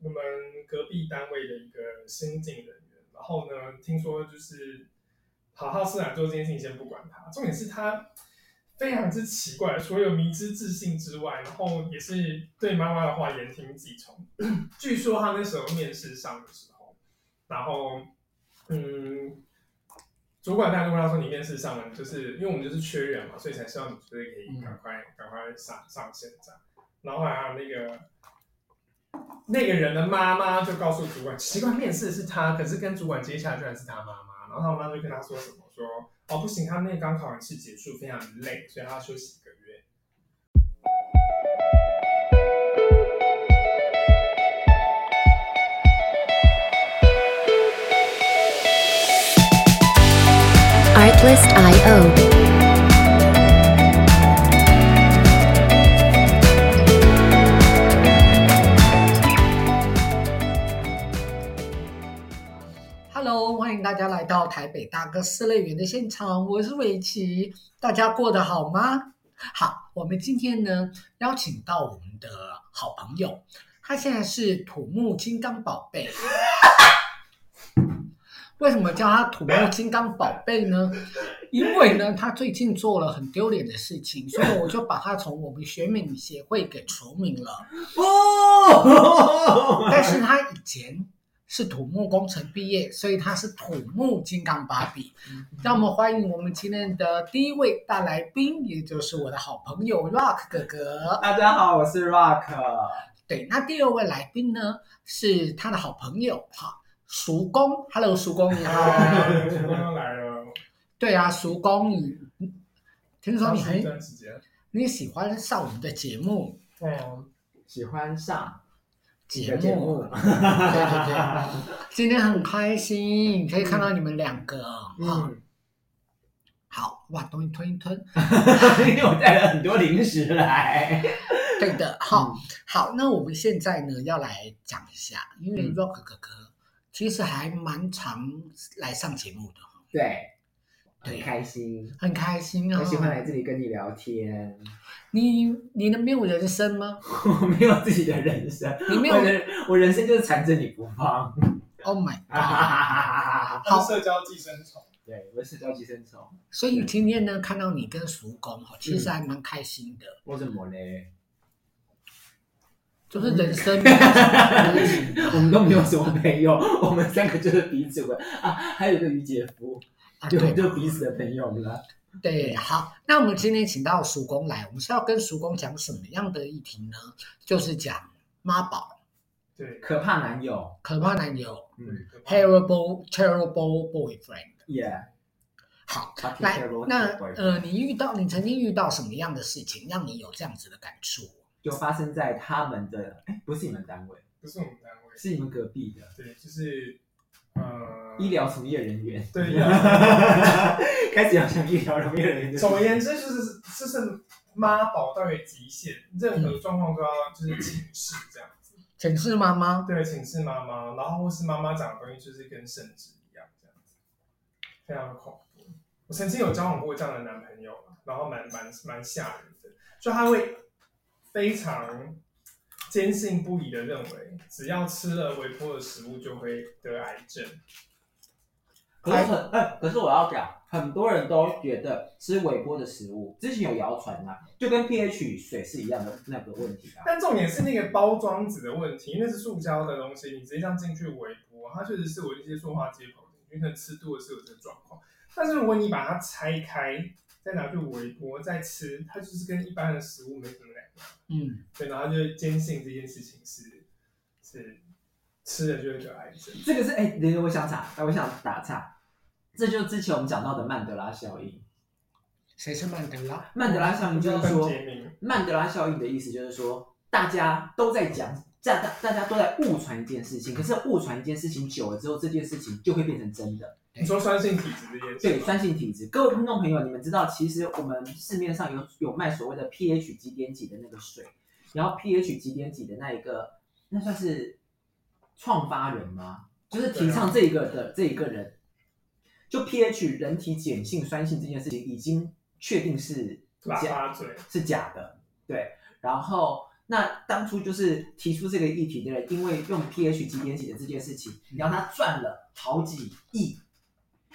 我们隔壁单位的一个新进人员，然后呢，听说就是好好市长做这件事情先不管他，重点是他非常之奇怪，除了迷之自信之外，然后也是对妈妈的话言听计从。据说他那时候面试上的时候，然后嗯，主管大概问他说：“你面试上了，就是因为我们就是缺人嘛，所以才希望你就是可以赶快赶快上上线这样。”然后还有那个那个人的妈妈就告诉主管，奇怪，面试的是他，可是跟主管接洽居然是他妈妈。然后他妈妈就跟他说什么说：“哦，不行，他那个刚考完试结束，非常累，所以他要休息一个月。” Artlist.io. Hello，欢迎大家来到台北大哥四乐园的现场，我是伟奇，大家过得好吗？好，我们今天呢邀请到我们的好朋友，他现在是土木金刚宝贝。 为什么叫他土木金刚宝贝呢？因为呢，他最近做了很丢脸的事情，所以我就把他从我们学美协会给除名了。 不，但是他以前是土木工程毕业，所以他是土木金刚芭比。嗯让我们欢迎我们今天的第一位大来宾，也就是我的好朋友 Rock 哥哥。 大家好，我是 Rock。对，那第二位来宾呢是他的好朋友哈，叔公。Hello，叔公你好。啊，主管又来了，对啊，叔公你，听说上啊你一很段时间。你喜欢上我们的节目哦，喜欢上节节目目，对对嗯对，今天很开心，可以看到你们两个啊。嗯，好，我把东西吞一吞。因为我带了很多零食来。对的，嗯好、好，那我们现在呢要来讲一下，因为嗯 Rock 哥哥其实还蛮常来上节目的，对，哦很对开心，很开心啊、很喜欢来这里跟你聊天。你你能没有人生吗 我没有自己的人生，你没有我人，我人生就是缠着你不放。 ？Oh my 哈哈 god！哈哈 哈！他是社交寄生虫。啊对，我是交际生虫。所以今天呢看到你跟叔公嗯哈，其实还蛮开心的，为什么嘞？就是人生 我们都没有什么朋友， 我们三个就是彼此的啊，还有一个于姐夫，啊就对就彼此的朋友了。对，好，那我们今天请到叔公来，我们是要跟叔公讲什么样的议题呢？就是讲妈宝、对，可怕男友，可怕男友嗯，terrible terrible boyfriend。 ，Yeah，好， Fucking 来 terrible，，那 boyfriend 呃，你遇到你曾经遇到什么样的事情，让你有这样子的感触？就发生在他们的，哎，不是你们单位，不是我们单位，是你们隔壁的对，就是呃，医疗从业人 员。对医疗从业开始要想医疗从业人员的事情。总而言之，就是就是妈宝到于极限，任何状况都要就是请示这样子。请示妈妈，对，请示妈妈，然后或是妈妈讲的东西就是跟圣旨一样这样子，非常的恐怖。我曾经有交往过这样的男朋友，啊然后蛮蛮蛮吓人的，就他会非常坚信不疑的认为，只要吃了微波的食物就会得癌症。可是很，哎、可是我要讲，很多人都觉得吃微波的食物，之前有谣传啊，就跟 pH 水是一样的那个问题啊。但重点是那个包装纸的问题，因为是塑胶的东西，你直接这样进去微波，它确实是有一些塑化接口，你可能吃多了是有这个状况。但是如果你把它拆开，再拿去微波再吃，它就是跟一般的食物没什么两样。嗯，对，然后他就坚信这件事情是是吃了就会得癌症。这个是哎，等一下我想打，哎我想打岔，这就是之前我们讲到的曼德拉效应。谁是曼德拉？曼德拉效应就是跟说，杰明，曼德拉效应的意思就是说，大家都在讲，大大大家都在误传一件事情，可是误传一件事情久了之后，这件事情就会变成真的。你说酸性体质这件事，对，，酸性体质，各位听众朋友，你们知道，其实我们市面上有有卖所谓的 pH 几点几的那个水，然后 pH 几点几的那一个，那算是创发人吗？就是提倡这一个的、这一个人，就 pH 人体碱性酸性这件事情已经确定是喇假叭嘴，是假的，对。然后那当初就是提出这个议题的人，因为用 pH 几点几的这件事情，然后他赚了好几亿，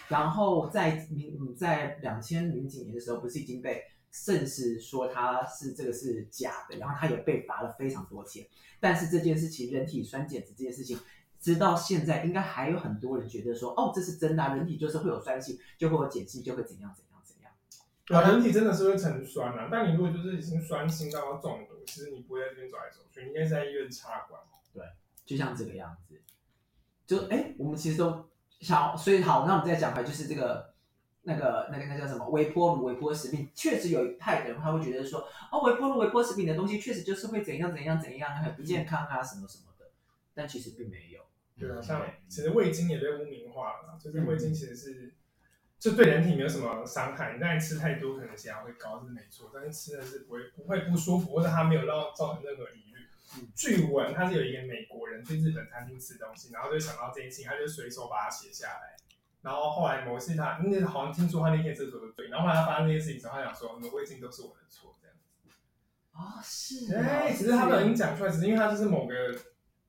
然后在明嗯在两千零几年的时候，不是已经被证实说他是这个是假的，然后他也被罚了非常多钱。但是这件事情，人体酸碱值这件事情，直到现在应该还有很多人觉得说，哦，这是真的啊、人体就是会有酸性，就会有碱性，就会怎样怎样怎样。对啊，人体真的是会成酸啊，但你如果就是已经酸性到要中毒，其实你不会在这边走来走去，你应该是在医院插管。就像这个样子。就哎、诶我们其实都想，所以好，那我们再讲回来，就是这个那个那个那叫什么微波炉、微波食品，确实有一派的人他会觉得说，哦，微波炉、微波食品的东西确实就是会怎样怎样怎样，很不健康啊，什么什么的，但其实并没有。对啊，嗯像对嗯其实味精也被污名化了啦，就是味精其实是就对人体没有什么伤害，你当然吃太多可能血压会高是没错，但是吃的是不会不会不舒服，或者它没有让造成任何疑虑嗯。据闻他是有一个美国人去日本餐厅吃东西，然后就想到这件事情，他就随手把它写下来。然后后来某一次他那好像听说他那天厕所的对，然后后来他发生这件事情之后，他想说，嗯味精都是我的错这样。哦，是啊哎，其实他都已经讲出来，只是因为他就是某个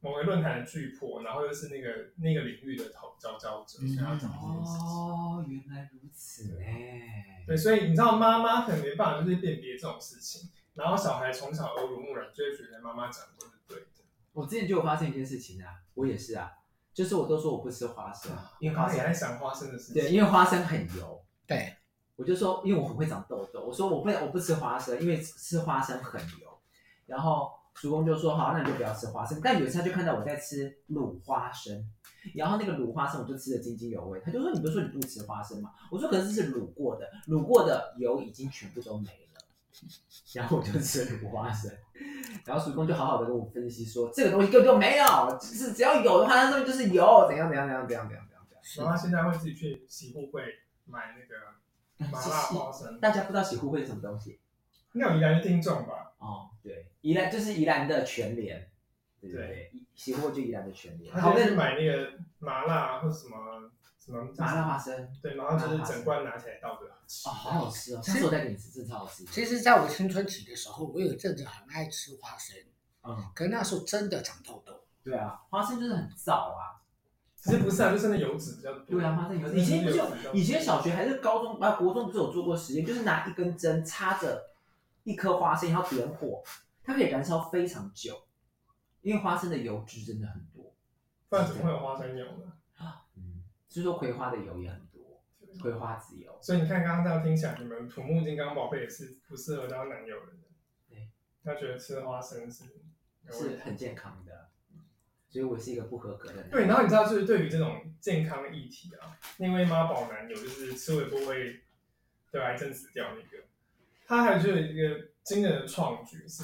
某个论坛的巨破，然后又是那个那个领域的头佼佼者，所以他讲这件事情。哦，原来如此哎。对，所以你知道妈妈可能没办法就是辨别这种事情，然后小孩从小耳濡目染，就会觉得妈妈讲的都是对的。我之前就有发现一件事情啊，我也是啊，就是我都说我不吃花生，因为花而且还生想花生的事对，情，因为花生很油。对，我就说，因为我很会长痘痘，我说我不我不吃花生，因为吃花生很油。然后叔公就说好，那你就不要吃花生。但有一次他就看到我在吃卤花生，然后那个卤花生我就吃的津津有味。他就说你不是说你不吃花生吗？我说可是这是卤过的，卤过的油已经全部都没了。然后我就吃卤花生，然后叔公就好好的跟我分析说，这个东西根本就没有，就是只要有的话，它上面就是有，怎样怎样怎样怎样怎样怎样怎样。妈妈现在会自己去洗护会买那 个麻辣花生，大家不知道洗护会是什么东西？应该有宜兰的听众吧？哦，对，宜兰就是宜兰的全联，对不对对，宜喜货就宜兰的全联，他好就去那买那个麻辣或者什么什么麻辣花，生，对，然后就是整罐拿起来倒着吃哦，。好好吃哦，其实上次我带给你吃，真的超好吃。其实在我青春期的时候，我有一阵子很爱吃花生，嗯，可是那时候真的长痘痘。对啊，花生就是很燥啊，其实不是啊，就是那油脂比较多。对啊，花生有就是以前不是有油脂比较，多以前小学还是高中啊，国中不是有做过实验，就是拿一根针插着一颗花生，然后点火，它可以燃烧非常久，因为花生的油脂真的很多，不然怎么会有花生油呢？嗯，所以说葵花的油也很多，葵花籽油。所以你看刚刚这样听起来，你们土木金刚宝贝也是不适合当男友的人。对，他觉得吃花生是有问是题很健康的，嗯所以我是一个不合格的人。对，然后你知道，就是对于这种健康的议题啊，那位妈宝男友就是吃微波会得癌症死掉那个，他还就有一个惊人的创举是，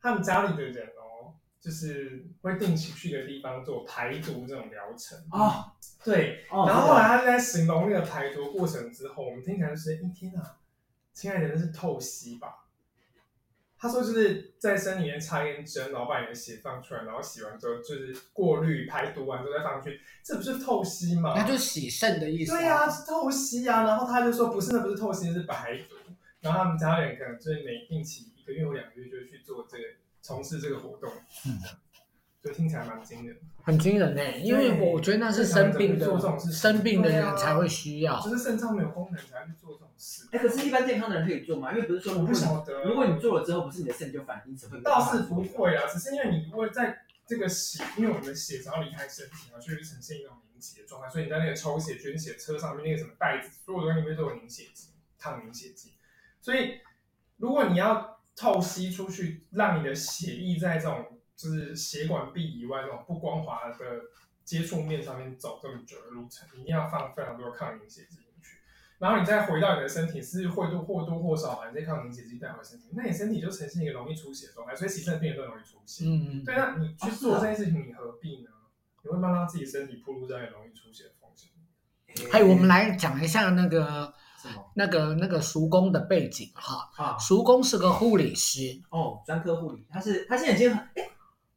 他们家里的人哦，就是会定期去一个地方做排毒这种疗程。哦，对，哦然后后来他在形容那个排毒过程之后，我们听起来就是，一天啊，亲爱的人是透析吧？他说就是在身体里面插一根针，然后把你的血放出来，然后洗完之后就是过滤、排毒完之后再放进去，这不是透析吗？那就洗肾的意思、啊对呀、，是透析啊。然后他就说不是，那不是透析，是排毒。然后他们家人可能就是每定期一个月或两个月就去做这个从事这个活动，嗯就听起来蛮惊人的。很惊人呢、因为我觉得那是生病的对这种事情生病的人才会需要。就是肾脏没有功能才会去做这种事。哎，可是，一般健康的人可以做吗？因为不是说啊我不如果你晓得，如果你做了之后，不是你的肾就反应只会倒是不 会啊，只是因为你如果在这个血，因为我们的血只要离开身体啊，就会呈现一种凝结的状态，所以你在那个抽血、捐血车上面那个什么袋子，所有东西里面都有凝血剂、抗凝血剂。所以如果你要透析出去，让你的血液在这种就是血管壁以外这种不光滑的接触面上面走这么久的路程，你一定要放非常多抗凝血剂进去。然后你再回到你的身体，是会多或多或少把这些抗凝血剂带回身体，那你身体就呈现一个容易出血的状态，所以洗肾病人都容易出血。嗯，对，那你去做这件事情，你何必呢？你会慢慢让自己身体暴露在容易出血的风险。还有我们来讲一下那个什么那个那个叔公的背景哈。啊？叔公是个护理师，哦，专科护理，他是他现在已经很哎，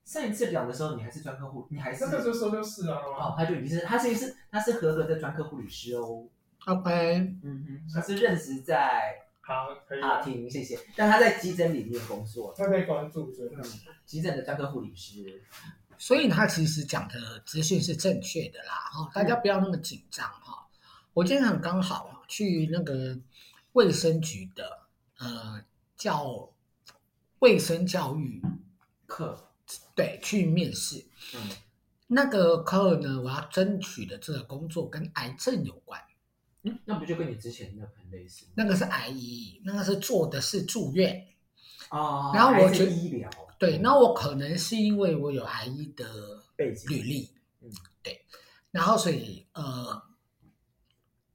上一次讲的时候你还是专科护理，你还是那个时候哎就是啊，哦，他就已经是他是是他是合格的专科护理师哦， OK，嗯哼，他是任职在好，可以好，了。婷，谢谢。但他在急诊里面工作，他被关注，所以嗯，急诊的专科护理师。所以他其实讲的资讯是正确的啦，哈、大家不要那么紧张哈、我今天很刚好啊去那个卫生局的呃叫卫生教育课，对去面试，嗯那个课呢，我要争取的这个工作跟癌症有关，嗯，那不就跟你之前那个很类似吗？那个是癌医，那个是做的是住院，哦，然后我还是觉得医疗对，那我可能是因为我有癌医的背景履历，嗯嗯，对，然后所以呃，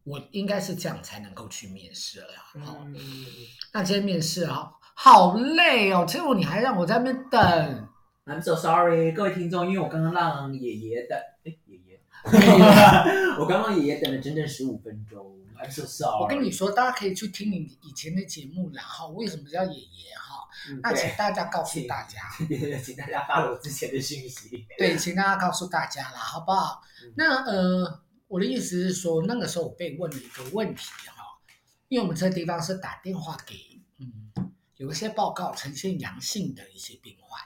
我应该是这样才能够去面试了啦。嗯好、嗯嗯嗯那今天面试啊，好累哦，结果你还让我在那边等， I'm so sorry，各位听众，因为我刚刚让爷爷等，哎，爷爷， 我刚刚让爷爷等了整整十五分钟。I'm so sorry。我跟你说，大家可以去听你以前的节目啦，哈，为什么叫爷爷哈？嗯，那请对大家告诉大家， 请大家发了我之前的讯息。对，请大家告诉大家啦，好不好嗯？那呃，我的意思是说，那个时候我被问了一个问题哈、因为我们这个地方是打电话给嗯，有一些报告呈现阳性的一些病患，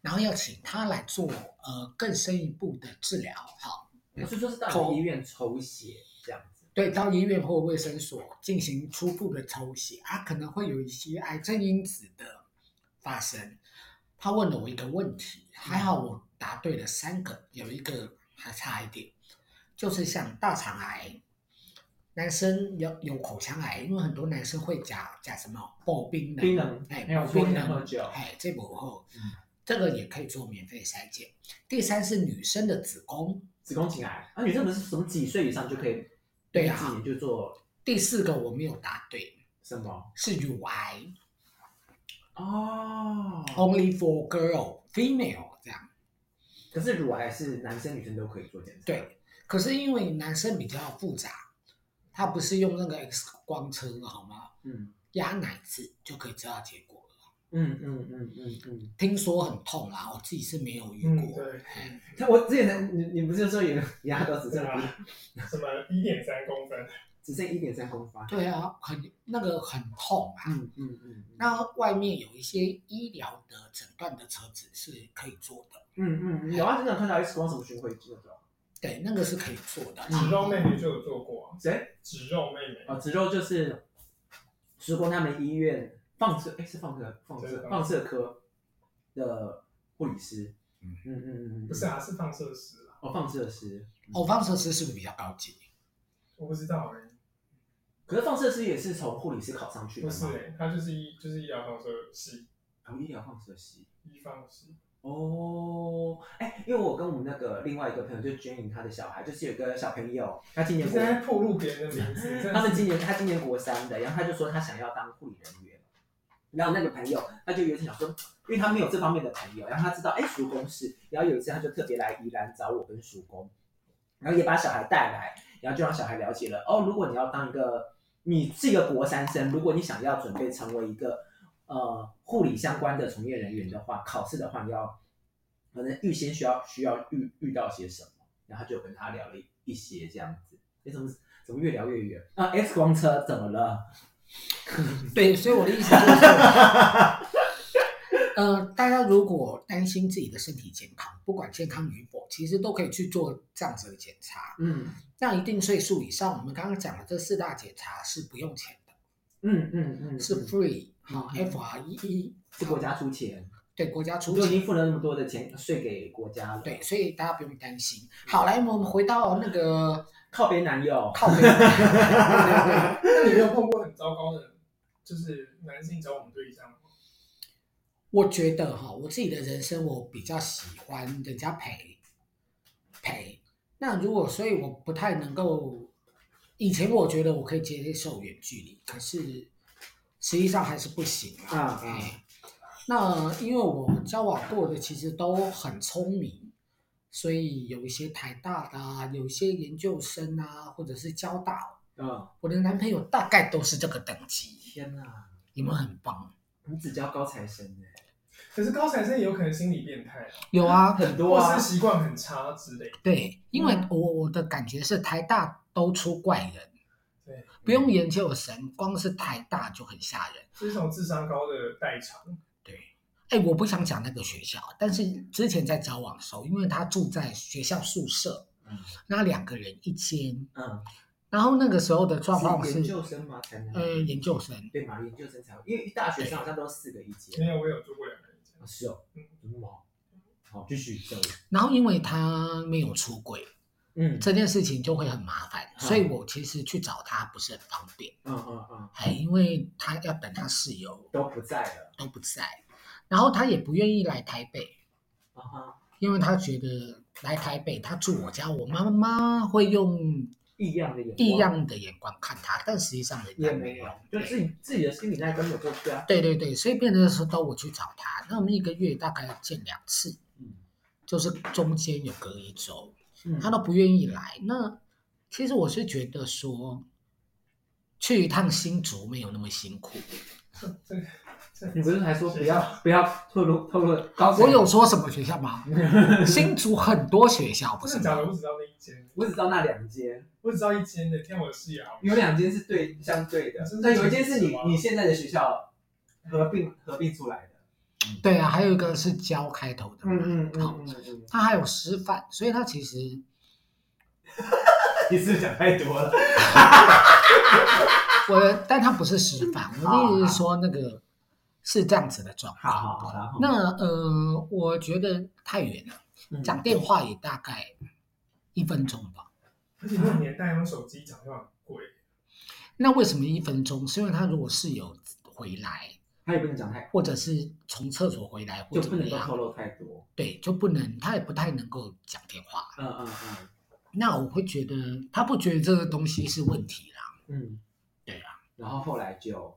然后要请他来做呃更深一步的治疗，哈、我是说，是到医院抽血这样子。对，到医院或卫生所进行初步的抽血啊，可能会有一些癌症因子的发生。他问了我一个问题，还好我答对了三个，有一个还差一点，就是像大肠癌，男生有有口腔癌，因为很多男生会夹夹什么刨冰的，冰冷哎，没有刨说冰能喝的，酒哎，这不后嗯，这个也可以做免费筛检。第三是女生的子宫，子宫颈癌，啊，女生不是什么几岁以上就可以？对啊几年就做第四个我没有答对，什么？是乳癌。哦， only for girl female 这样。可是乳癌是男生女生都可以做检查。对，可是因为男生比较复杂，他不是用那个 X 光车好吗？嗯，压奶子就可以知道结果了。嗯嗯嗯嗯嗯。听说很痛啦，我自己是没有遇嗯，过。对，哎他我之前你你不是说有牙都只剩什么一点三公分，只剩一点三公分？对啊，很那个很痛啊。嗯嗯嗯。那外面有一些医疗的诊断的车子是可以做的，嗯嗯，有啊，真的有看到 X 光什么巡回那种。对，那个是可以做的。植肉妹妹就有做过啊，谁？植肉妹妹，哦，植肉就是职工他们医院放射，哎，是放射放对射放放射科的护理师。嗯嗯嗯嗯嗯，不是啊，是放射师啊，哦，放射师。偶方设施是不是比较高级？我不知道哎、可是放射师也是从护理师考上去的不吗？是哎、他就是医就是医疗放射系，哦，医疗放射师。医放系，哦，哎，因为我跟我们那个另外一个朋友，就是 Jane，她的小孩，就是有个小朋友，他今你年现国在暴露别人的名字，真他的们是今年他今年国三的，然后他就说他想要当护理人员，然后那个朋友他就有点想说，因为他没有这方面的朋友，然后他知道哎叔公是，然后有一次他就特别来宜兰找我跟叔公，然后也把小孩带来，然后就让小孩了解了哦，如果你要当一个你是一个国三生，如果你想要准备成为一个呃护理相关的从业人员的话，考试的话你要可能预先需要需要遇遇到些什么，然后他就跟他聊了一一些这样子，哎怎么怎么越聊越远啊？X 光车怎么了？对，所以我的意思就是说， 呃，大家如果担心自己的身体健康，不管健康与否，其实都可以去做这样子的检查。嗯那一定岁数以上，我们刚刚讲的这四大检查是不用钱的，嗯嗯嗯，是 free 啊、嗯 f R E E 是国家出钱，对国家我出就已钱。经付了那么多的钱呃税给国家了。对，所以大家不用担心。好，来，我们回到那个靠背男友，靠背，对对对那你没有碰过很糟糕的，就是男性找我们对象吗？我觉得哈，我自己的人生我比较喜欢人家陪陪。那如果所以我不太能够，以前我觉得我可以接受远距离，可是实际上还是不行啊。啊啊哎那因为我交往过的其实都很聪明，所以有一些台大的、啊，有一些研究生啊，或者是交大，嗯，我的男朋友大概都是这个等级。天哪，你们很棒，你只教高材生哎，可是高材生也有可能心理变态啊，有啊，很多或啊是，习惯很差之类的，对，因为嗯我我的感觉是台大都出怪人，对，不用研究神，光是台大就很吓人。这是种智商高的代偿。哎，我不想讲那个学校，但是之前在交往的时候，因为他住在学校宿舍，嗯那两个人一间，嗯，然后那个时候的状况是是，研究生吗？才能呃，研究生，对嘛，研究生才会，因为大学生好像都四个一因届。为我有做过两个人这样啊是哦，嗯怎么毛？好，继续教育。然后因为他没有出轨，嗯这件事情就会很麻烦，嗯所以我其实去找他不是很方便，嗯嗯嗯，哎，因为他要等他室友都不在了。都不在，然后他也不愿意来台北，啊哈，因为他觉得来台北他住我家，我妈妈会用异样的眼光，异样的眼光看他，但实际上人也家没没有有，，就自己自己的心理那根本过不去啊。对对对，所以变成的时候都我去找他，那我们一个月大概见两次，嗯就是中间有隔一周，嗯他都不愿意来。那其实我是觉得说，去一趟新竹没有那么辛苦。这个这你个不是还说不要不要透露透露高层？我有说什么学校吗？ 新竹很多学校不真是的假的？吗？我只知道那一间，我只知道那两间，我只知道一间的。天，我的室友好有两间是对相对的真，的但有一间是你是吗你现在的学校合并合并出来的。对啊，还有一个是教开头的嘛，嗯嗯好嗯嗯嗯，他还有师范，所以他其实 你是不是想太多了？ 我的，但他不是师范，我的意思是说那个是这样子的状好况。好好，然后那呃，我觉得太远了，嗯讲电话也大概一分钟吧。而且那个年代用手机讲电话很贵，那为什么一分钟？是因为他如果室友回来，他也不能讲太，或者是从厕所回来，或就者不怎么能样，够透露太多。对，就不能，他也不太能够讲电话。嗯嗯嗯那我会觉得他不觉得这个东西是问题啦，嗯，对啊。然后后来就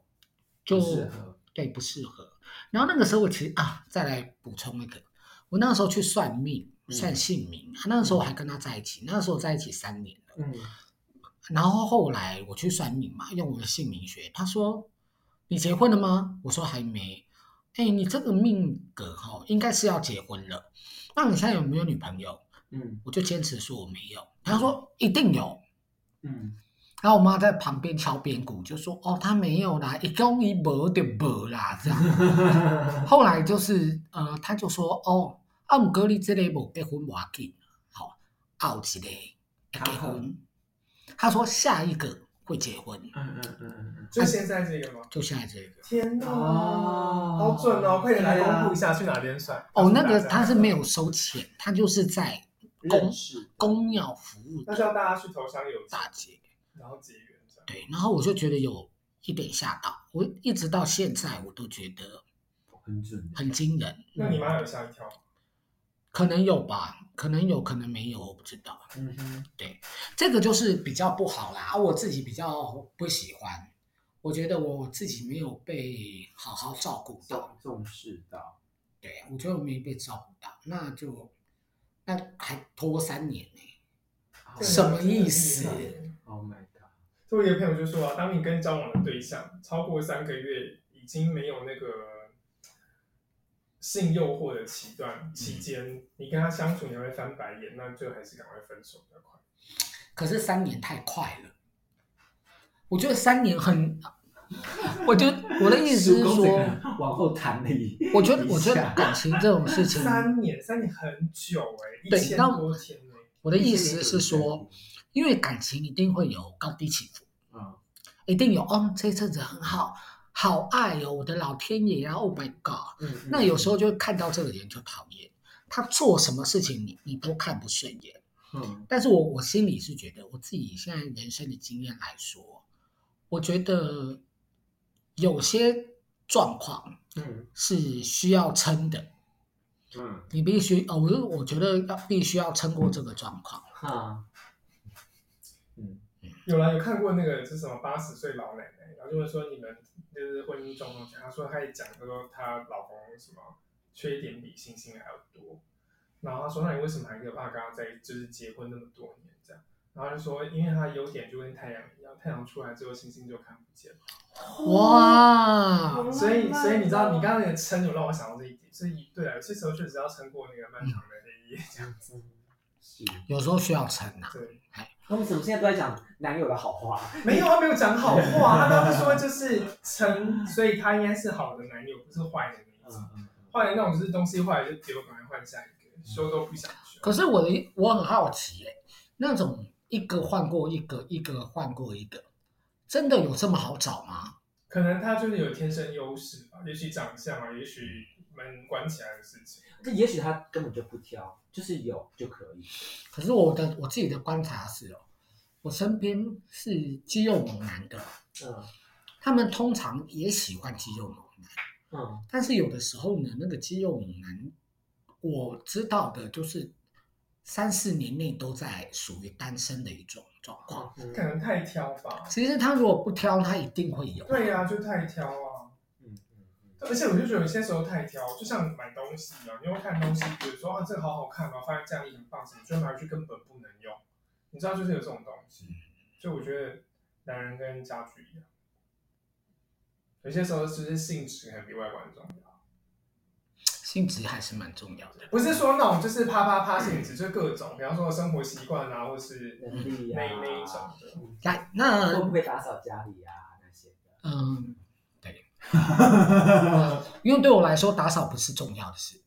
就不适合，对不适合。然后那个时候我其实啊，再来补充那个，我那个时候去算命，嗯算姓名，那个时候我还跟他在一起，那个时候在一起三年了。嗯然后后来我去算命嘛，用我的姓名学，他说你结婚了吗？我说还没。哎，你这个命格哦，应该是要结婚了。那你现在有没有女朋友？嗯我就坚持说我没有。他说一定有。嗯然后我妈在旁边敲边鼓，就说：“哦，她没有啦，一共一没就没啦。”这样。 后来就是呃，他就说：“哦，啊，姆格你这个无结婚无要紧，好、啊，有一个会结婚。”他说下一个会结婚，嗯嗯嗯嗯就现在这个吗？就现在这个。天哪，哦好准哦！快点来对啊公布一下去哪啊边算。哦，那个他是没有收钱，他就是在嗯，公认识公庙服务那是要大家去投香油钱，大姐。然后结缘这样。对，然后我就觉得有一点吓到，我一直到现在我都觉得很准，很惊人。那你妈有吓一跳吗？可能有吧，可能有，可能没有，我不知道。嗯哼，这个就是比较不好啦，啊我自己比较不喜欢，我觉得我自己没有被好好照顾到，重重视到，对我觉得我没被照顾到，那就那还拖三年呢、这个什么意真思的很厉害耶 Oh my god！就我有一个朋友就说啊，当你跟交往的对象超过三个月，已经没有那个性诱惑的期段期间，你跟他相处你还会翻白眼，那就还是赶快分手比较快。可是三年太快了，我觉得三年很，我就我的意思是叔公整说，个往后弹了一，我觉得一我觉得下感情这种事情，三年，三年很久哎、对一千那多天哎、我的意思是说，，因为感情一定会有高低起伏。嗯一定有哦，这一阵子很好，好爱哦，我的老天爷啊，Oh my God！嗯，那有时候就会看到这个人就讨厌，他做什么事情你你都看不顺眼。候，嗯但是我我心里是觉得，我自己现在人生的经验来说，我觉得有些状况嗯是需要撑的，嗯，你必须哦，我就我觉得要必须要撑过这个状况。哈，嗯，有啦，有看过那个就是什么八十岁老奶奶，然后就会说你们就是婚姻状况怎样？她说她也讲，她说她老公什么缺点比星星还要多，然后她说那你为什么还跟爸跟他在就是结婚那么多年这样？然后她就说因为她优点就跟太阳一样，太阳出来之后星星就看不见了，哇，所以所以你知道你刚刚那个撑有让我想到这一点，所以对啊，有些时候确实要撑过那个漫长的黑夜这样子。是，有时候需要撑啊。对，那我们怎么现在都在讲男友的好话？没有，他啊没有讲好话，他刚刚说就是成，所以他应该是好的男友，不是坏的那一种。嗯坏的那种就是东西坏了就丢，赶快换下一个，修都不想修。可是我的我很好奇、欸，那种一个换过一个，一个换过一个，真的有这么好找吗？可能他就是有天生优势吧，也许长相啊，也许门关起来的事情。这也许他根本就不挑，就是有就可以。可是我的我自己的观察是哦，我身边是肌肉猛男的，嗯他们通常也喜欢肌肉猛男，嗯但是有的时候呢，那个肌肉猛男，我知道的就是三四年内都在属于单身的一种状况。嗯可能太挑吧。其实他如果不挑，他一定会有。对呀、就太挑啊。嗯嗯而且我就觉得有些时候太挑，就像买东西啊，你会看东西，比如说啊这个好好看啊，发现这样也很棒，什么，就买回去根本不能用。你知道，就是有这种东西。所以我觉得男人跟家具一样，有些时候就是性质可能比外观重要。性质还是蛮重要的。不是说那种就是啪啪啪性质，就各种，比方说生活习惯啊，或是能嗯力啊那那一种的。来，会不那会打扫家里啊那些的？嗯，对， 因为对我来说，打扫不是重要的事。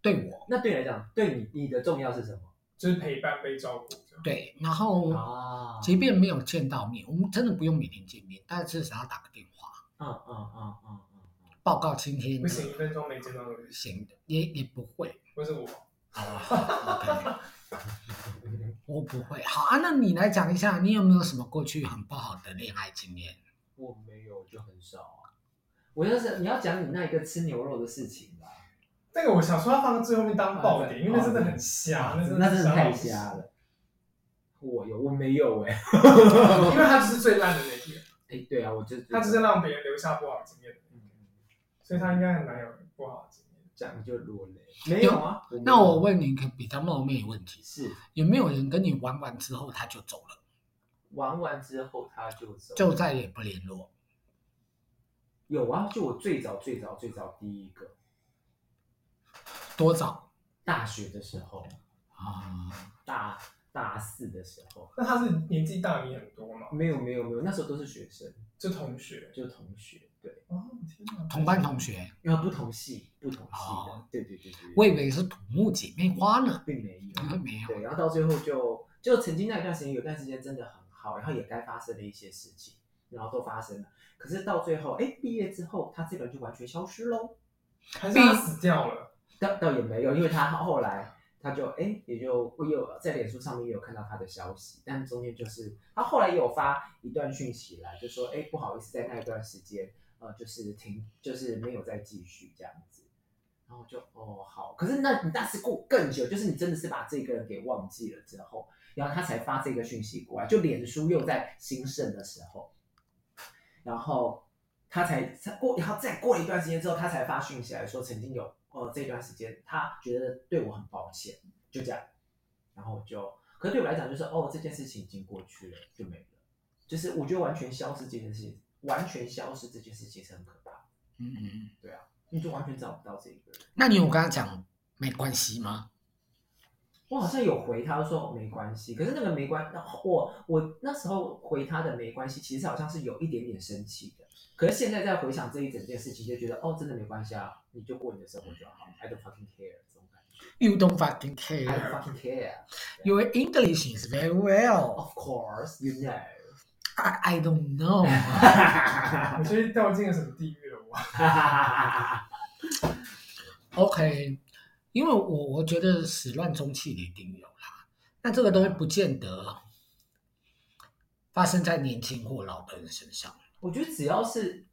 对我那对你来讲，对你你的重要是什么？就是陪伴被照顾这样。对，然后啊即便没有见到面，我们真的不用每天见面，但至少要打个电话嗯嗯嗯嗯嗯嗯，报告今天不的行，一分钟没见到都不行，行的，也也不会。或是我好啊好，OK 我不会。好啊，那你来讲一下，你有没有什么过去很不好的恋爱经验？我没有就很少啊。我要是你要讲你那一个吃牛肉的事情啦，那个我想说要放到最后面当爆点，啊哦因为那真的很瞎，那真那的真的瞎到太不行瞎了。我有，我没有哎、因为他就是最烂的那一个，哎，对啊，我就他就是让别人留下不好的经验的那嗯个，所以他应该很难有不好的经验。讲就落泪，没有啊。没有那我问你一个比较冒昧的问题：是有没有人跟你玩完之后他就走了，玩完之后他就走，就再也不联络？有啊，就我最早最早最早第一个多早大学的时候，啊？大大四的时候，那他是年纪大你很多嘛，没有没有没有，那时候都是学生，就同学。就同学，对，哦天哪！同班同学，因为不同系不同系的哦，对对对对，我以为是土木姐妹花呢。并没嗯有，没有对，然后到最后就就曾经那一段时间，有一段时间真的很好，然后也该发生的一些事情，然后都发生了，可是到最后，哎，毕业之后他这个人就完全消失喽。还是他死掉了，倒倒也没有，因为他后来他就哎，也就我有在脸书上面也有看到他的消息，但中间就是他后来也有发一段讯息来，就说哎不好意思，在那一段时间呃就是停，就是没有再继续这样子。然后就哦好，可是那你那是过更久，就是你真的是把这个人给忘记了之后，然后他才发这个讯息过来，就脸书又在兴盛的时候，然后他才才过，然后再过了一段时间之后，他才发讯息来说曾经有呃这段时间他觉得对我很抱歉，就这样，然后我就，可是对我来讲就是哦这件事情已经过去了就没了，就是我觉得完全消失这件事情，完全消失这件事情是很可怕的，嗯嗯嗯。你就完全找不到这一个人。那你有跟他讲没关系吗？我好像有回他说没关系，可是那个没关，那我我那时候回他的没关系，其实好像是有一点点生气的。可是现在再回想这一整件事情，就觉得哦，真的没关系啊，你就过你的生活就好，I don't fucking care 这种感觉 You don't fucking ，I care. don't fucking care。 Your English is very well. Of course, you know. I I don't know. 我觉得掉进了什么地狱了？我 OK，因为我我觉得始乱终弃的一定有啦。那这个东西不见得发生在年轻或老的人身上。我觉得只要是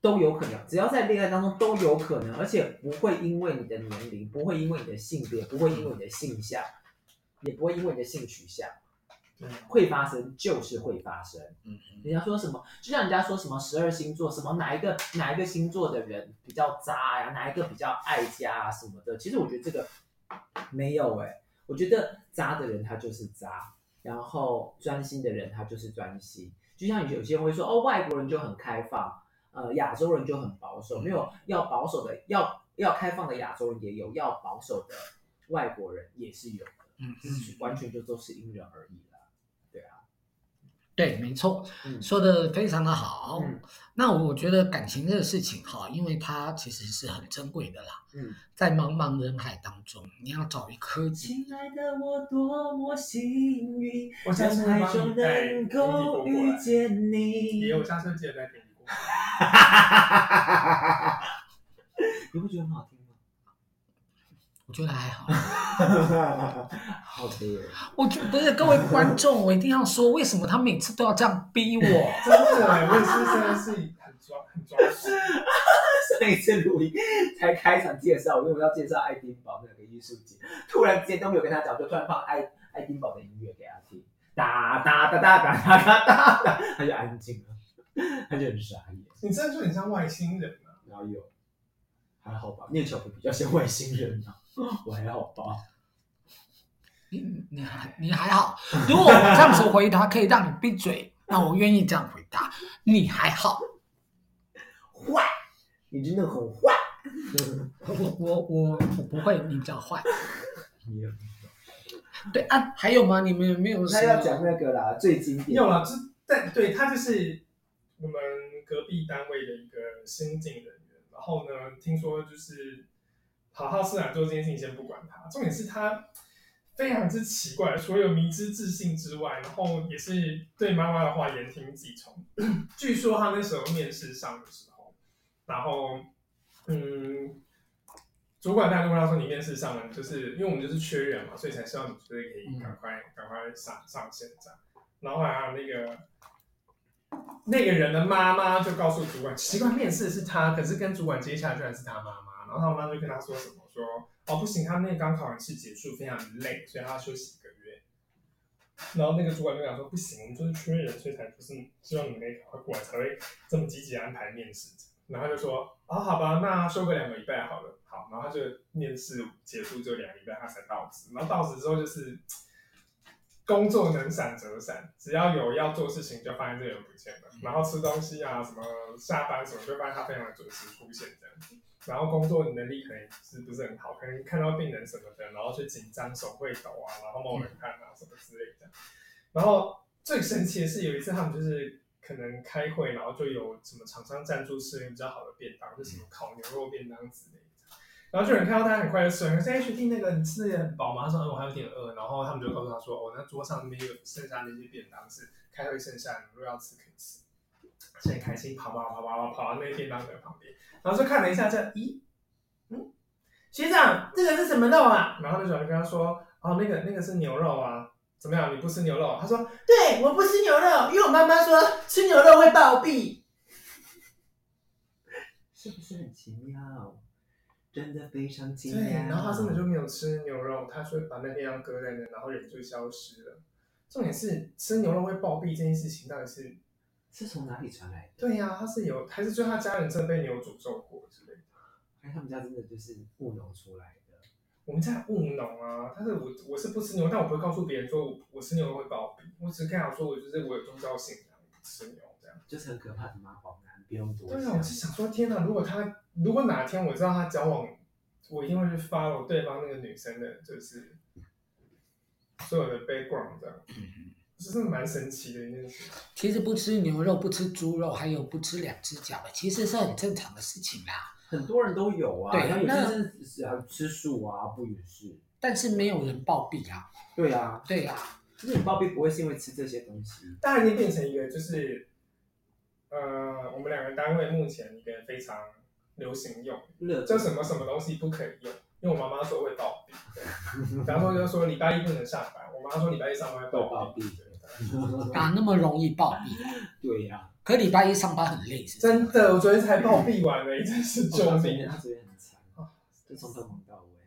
都有可能，只要在恋爱当中都有可能，而且不会因为你的年龄，不会因为你的性别，不会因为你的性向，也不会因为你的性取向。对啊会发生就是会发生。嗯嗯人家说什么，就像人家说什么十二星座，什么哪一个哪一个星座的人比较渣呀、哪一个比较爱家啊什么的。其实我觉得这个没有哎、我觉得渣的人他就是渣，然后专心的人他就是专心。就像有些人会说哦，外国人就很开放，呃，亚洲人就很保守，没有要保守的，要要开放的亚洲人也有，要保守的外国人也是有的，嗯就是完全就都是因人而异啦。对啊，对，没错，嗯说的非常的好。嗯那我觉得感情这个事情哈，因为它其实是很珍贵的啦，嗯，在茫茫人海当中，你要找一颗亲爱的，我多么幸运，我下次会帮你带平底锅过来。见也你有下车记得带平底锅。你不觉得很好听我觉得还好。 吗？好的耶，我就不是各位观众，我一定要说，为什么他每次都要这样逼我？真的，我也是真的是很抓很抓狂。上一次录音才开场介绍，因为我要介绍爱丁堡那个艺术节，突然之间都没有跟他讲，我就突然放爱爱丁堡的音乐给他听，哒哒哒哒哒哒哒哒哒，他就安静了，他就很傻眼。你真的就很像外星人啊！然后有，还好吧，念小福比较像外星人啊，我还好吧。你你还你还 好？如果我这样子回答可以让你闭嘴，那我愿意这样回答。你还好？坏，你真的很坏。我我我我不会，你比较坏。你也对啊，还有吗？你们有没有什那要讲么？那个啦，最经典。有了，这但对他就是我们隔壁单位的一个新进人员。然后呢，听说就是好好斯坦做这件事情，先不管他。重点是他非常之奇怪，除了有迷之自信之外，然后也是对妈妈的话言听计从。据说他那时候面试上的时候，然后嗯。主管大概跟他说：“你面试上了，就是因为我们就是缺人嘛，所以才希望你就是可以赶快赶快上上线这样。”然后还有那个那个人的妈妈就告诉主管，奇怪，面试是他，可是跟主管接洽居然是他妈妈。然后他妈妈就跟他说什么说，哦不行，他那个刚考完试结束，非常累，所以他要休息一个月。然后那个主管就讲说，不行，我们就是缺人，所以才就是希望你们可以赶快过来，才会这么积极地安排面试。然后他就说，啊、好吧，那休个两个礼拜好了，好。然后他就面试结束之后两个礼拜，他才到职。然后到职之后就是。工作能闪则闪，只要有要做事情就发现这个人不见了，然后吃东西啊什么下班什么就发现他非常的准时出现这样子，然后工作能力可能是不是很好，可能看到病人什么的，然后就紧张手会抖啊，然后冒冷汗啊什么之类的。然后最神奇的是有一次他们就是可能开会，然后就有什么厂商赞助吃比较好的便当，就什么烤牛肉便当之类的。然后就有人看到他很快就吃完，可是哎，学弟那个你吃的很饱吗？他说嗯，我还有点饿。然后他们就告诉他说，哦，那桌上那边有剩下那些便当是开会剩下的，你如果要吃可以吃。现在开心跑跑跑跑跑跑到那个便当盒旁边，然后就看了一下这，咦，嗯，学长这个是什么肉啊？然后那小孩跟他说，哦，那个那个是牛肉啊，怎么样？你不吃牛肉？他说，对，我不吃牛肉，因为我妈妈说吃牛肉会暴毙。是不是很奇妙？真的非常奇妙。对，然后他根本就没有吃牛肉，他就把那便当搁在那，然后人就消失了。重点是吃牛肉会暴毙这件事情到底是是从哪里传来的？对呀、他是有还是就他家人真的被牛诅咒过之类的？哎，他们家真的就是务农出来的。我们家务农啊，但是我我是不吃牛，但我不会告诉别人说我我吃牛肉会暴毙，我只是跟他说我就是我有宗教信仰，我不吃牛这样。就是很可怕的妈宝男，不用多对啊，想我。是想说，天哪！如果他如果哪天我知道他交往，我一定会去 follow 对方那个女生的，就是所有的 background 这样，这是蛮神奇的一件事。其实不吃牛肉、不吃猪肉，还有不吃两只脚的，其实是很正常的事情啦。很多人都有啊，对然后有那些是是啊吃素啊，不也是？但是没有人暴毙啊，对啊，对啊，就是你暴毙不会是因为吃这些东西。大家已经变成一个就是，呃，我们两个单位目前一个非常流行用，热叫什么什么东西不可以用，因为我妈妈说会暴毙。对然后就说礼拜一不能上班，我妈说礼拜一上班会暴会暴毙毙。对哪那么容易暴毙？啊对啊呀、可礼拜一上班很累，是不是真的，我昨天才暴毙完了，真是啊，救他昨命天啊！他昨天很惨，就从头哦忙到尾。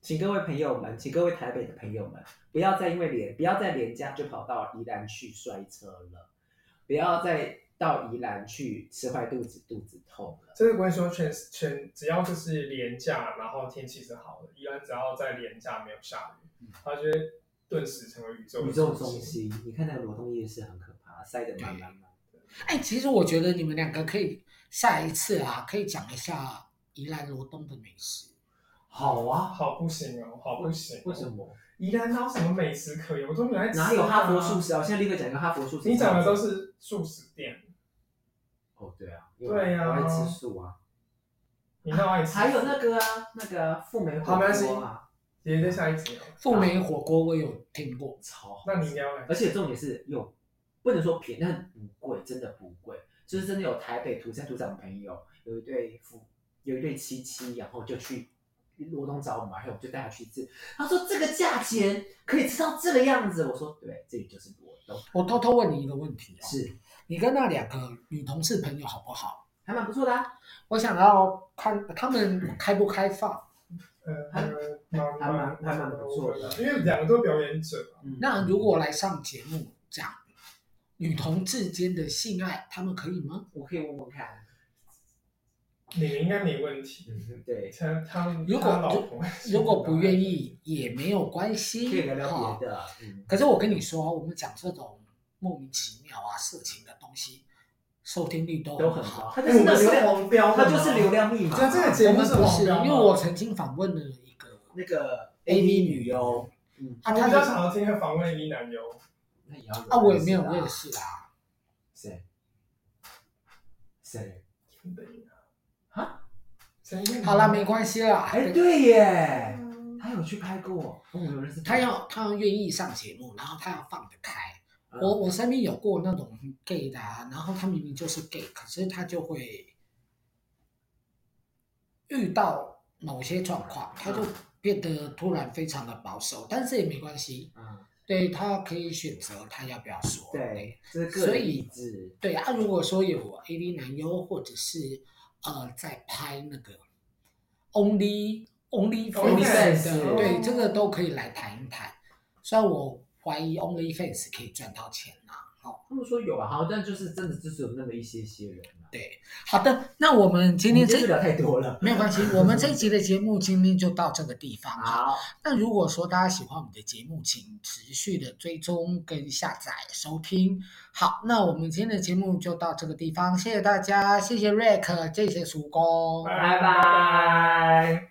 请各位朋友们，请各位台北的朋友们，不要再因为廉，不要再廉价就跑到宜兰去摔车了，不要再到宜兰去吃坏肚子，肚子痛了。这个我跟你说，全全只要就是廉价，然后天气是好的，宜兰只要在廉价没有下雨，它就会顿时成为宇宙的嗯宇宙中中心，你看那个罗东夜市很可怕，塞得满满满。哎，其实我觉得你们两个可以下一次啊，可以讲一下宜兰罗东的美食。好啊，好不行哦，好不行、为什？么？宜兰哪有什么美食可言？我都没来吃、哪有哈佛素？食啊？我现在立刻讲一个哈佛素食。你讲的都是素食店，哦，对啊，对啊我爱吃 素啊。你那爱吃？还有那个啊，那个富美火好没关系锅啊，也在下一集聊。凤梅火锅我有听过，超好那你聊嘞？而且重点是又不能说便宜，但不贵，真的不贵。就是真的有台北土生土长的朋友，有一对夫，有一对妻妻，然后就去罗东找我们，然后我们就带他去吃。他说这个价钱可以吃到这个样子，我说对，这里就是罗东，我偷偷问你一个问题哦，是你跟那两个女同事朋友好不好？还蛮不错的、啊，我想要看他们开不开放。呃，还蛮还蛮还蛮不错的因为两个都表演者嘛。嗯那如果来上节目讲女同志间的性爱，他们可以吗？我可以问问看，你们应该没问题。嗯，对，他他如果他老 婆如果不愿意也没有关系，可以聊聊哈别的，嗯，可是我跟你说，我们讲这种莫名其妙啊、色情的东西，收听率都都很很好哎好，。他就是哎我们那流是量，黄标的他吗，就是流量密码对，这个啊，节我目们是不黄是，标吗因为我曾经访问了一个那个 A A V V 女女优优，嗯，啊，我她比较的想要听他访问一男优，那也要啊，我也没有认识认啊识啊，谁？谁？啊啊？陈彦霖好啦，没关系啦，哎，对耶，嗯他有去拍过，哦我有认识他要他要愿意上节目，然后他要放得开。嗯我我身边有过那种 gay 的、啊，然后他明明就是 gay，可是他就会遇到某些状况，他就变得突然非常的保守，但是也没关系，嗯，对他可以选择他要不要说。对，这是个所人以意志，对啊，如果说有 A V 男优或者是呃在拍那个 Only Only Fans 的， OnlyFans 对这个都可以来谈一谈。虽然我怀疑 Only Fans 可以赚到钱啦、好，他们说有啊，好像但就是真的就是有那么一些些人啊嘛。好的，那我们今天这这嗯聊太多了，没有关系，我们这一集的节目今天就到这个地方哈。好，那如果说大家喜欢我们的节目，请持续的追踪跟下载收听。好，那我们今天的节目就到这个地方，谢谢大家，谢谢 Rick，谢谢曙光，拜拜拜。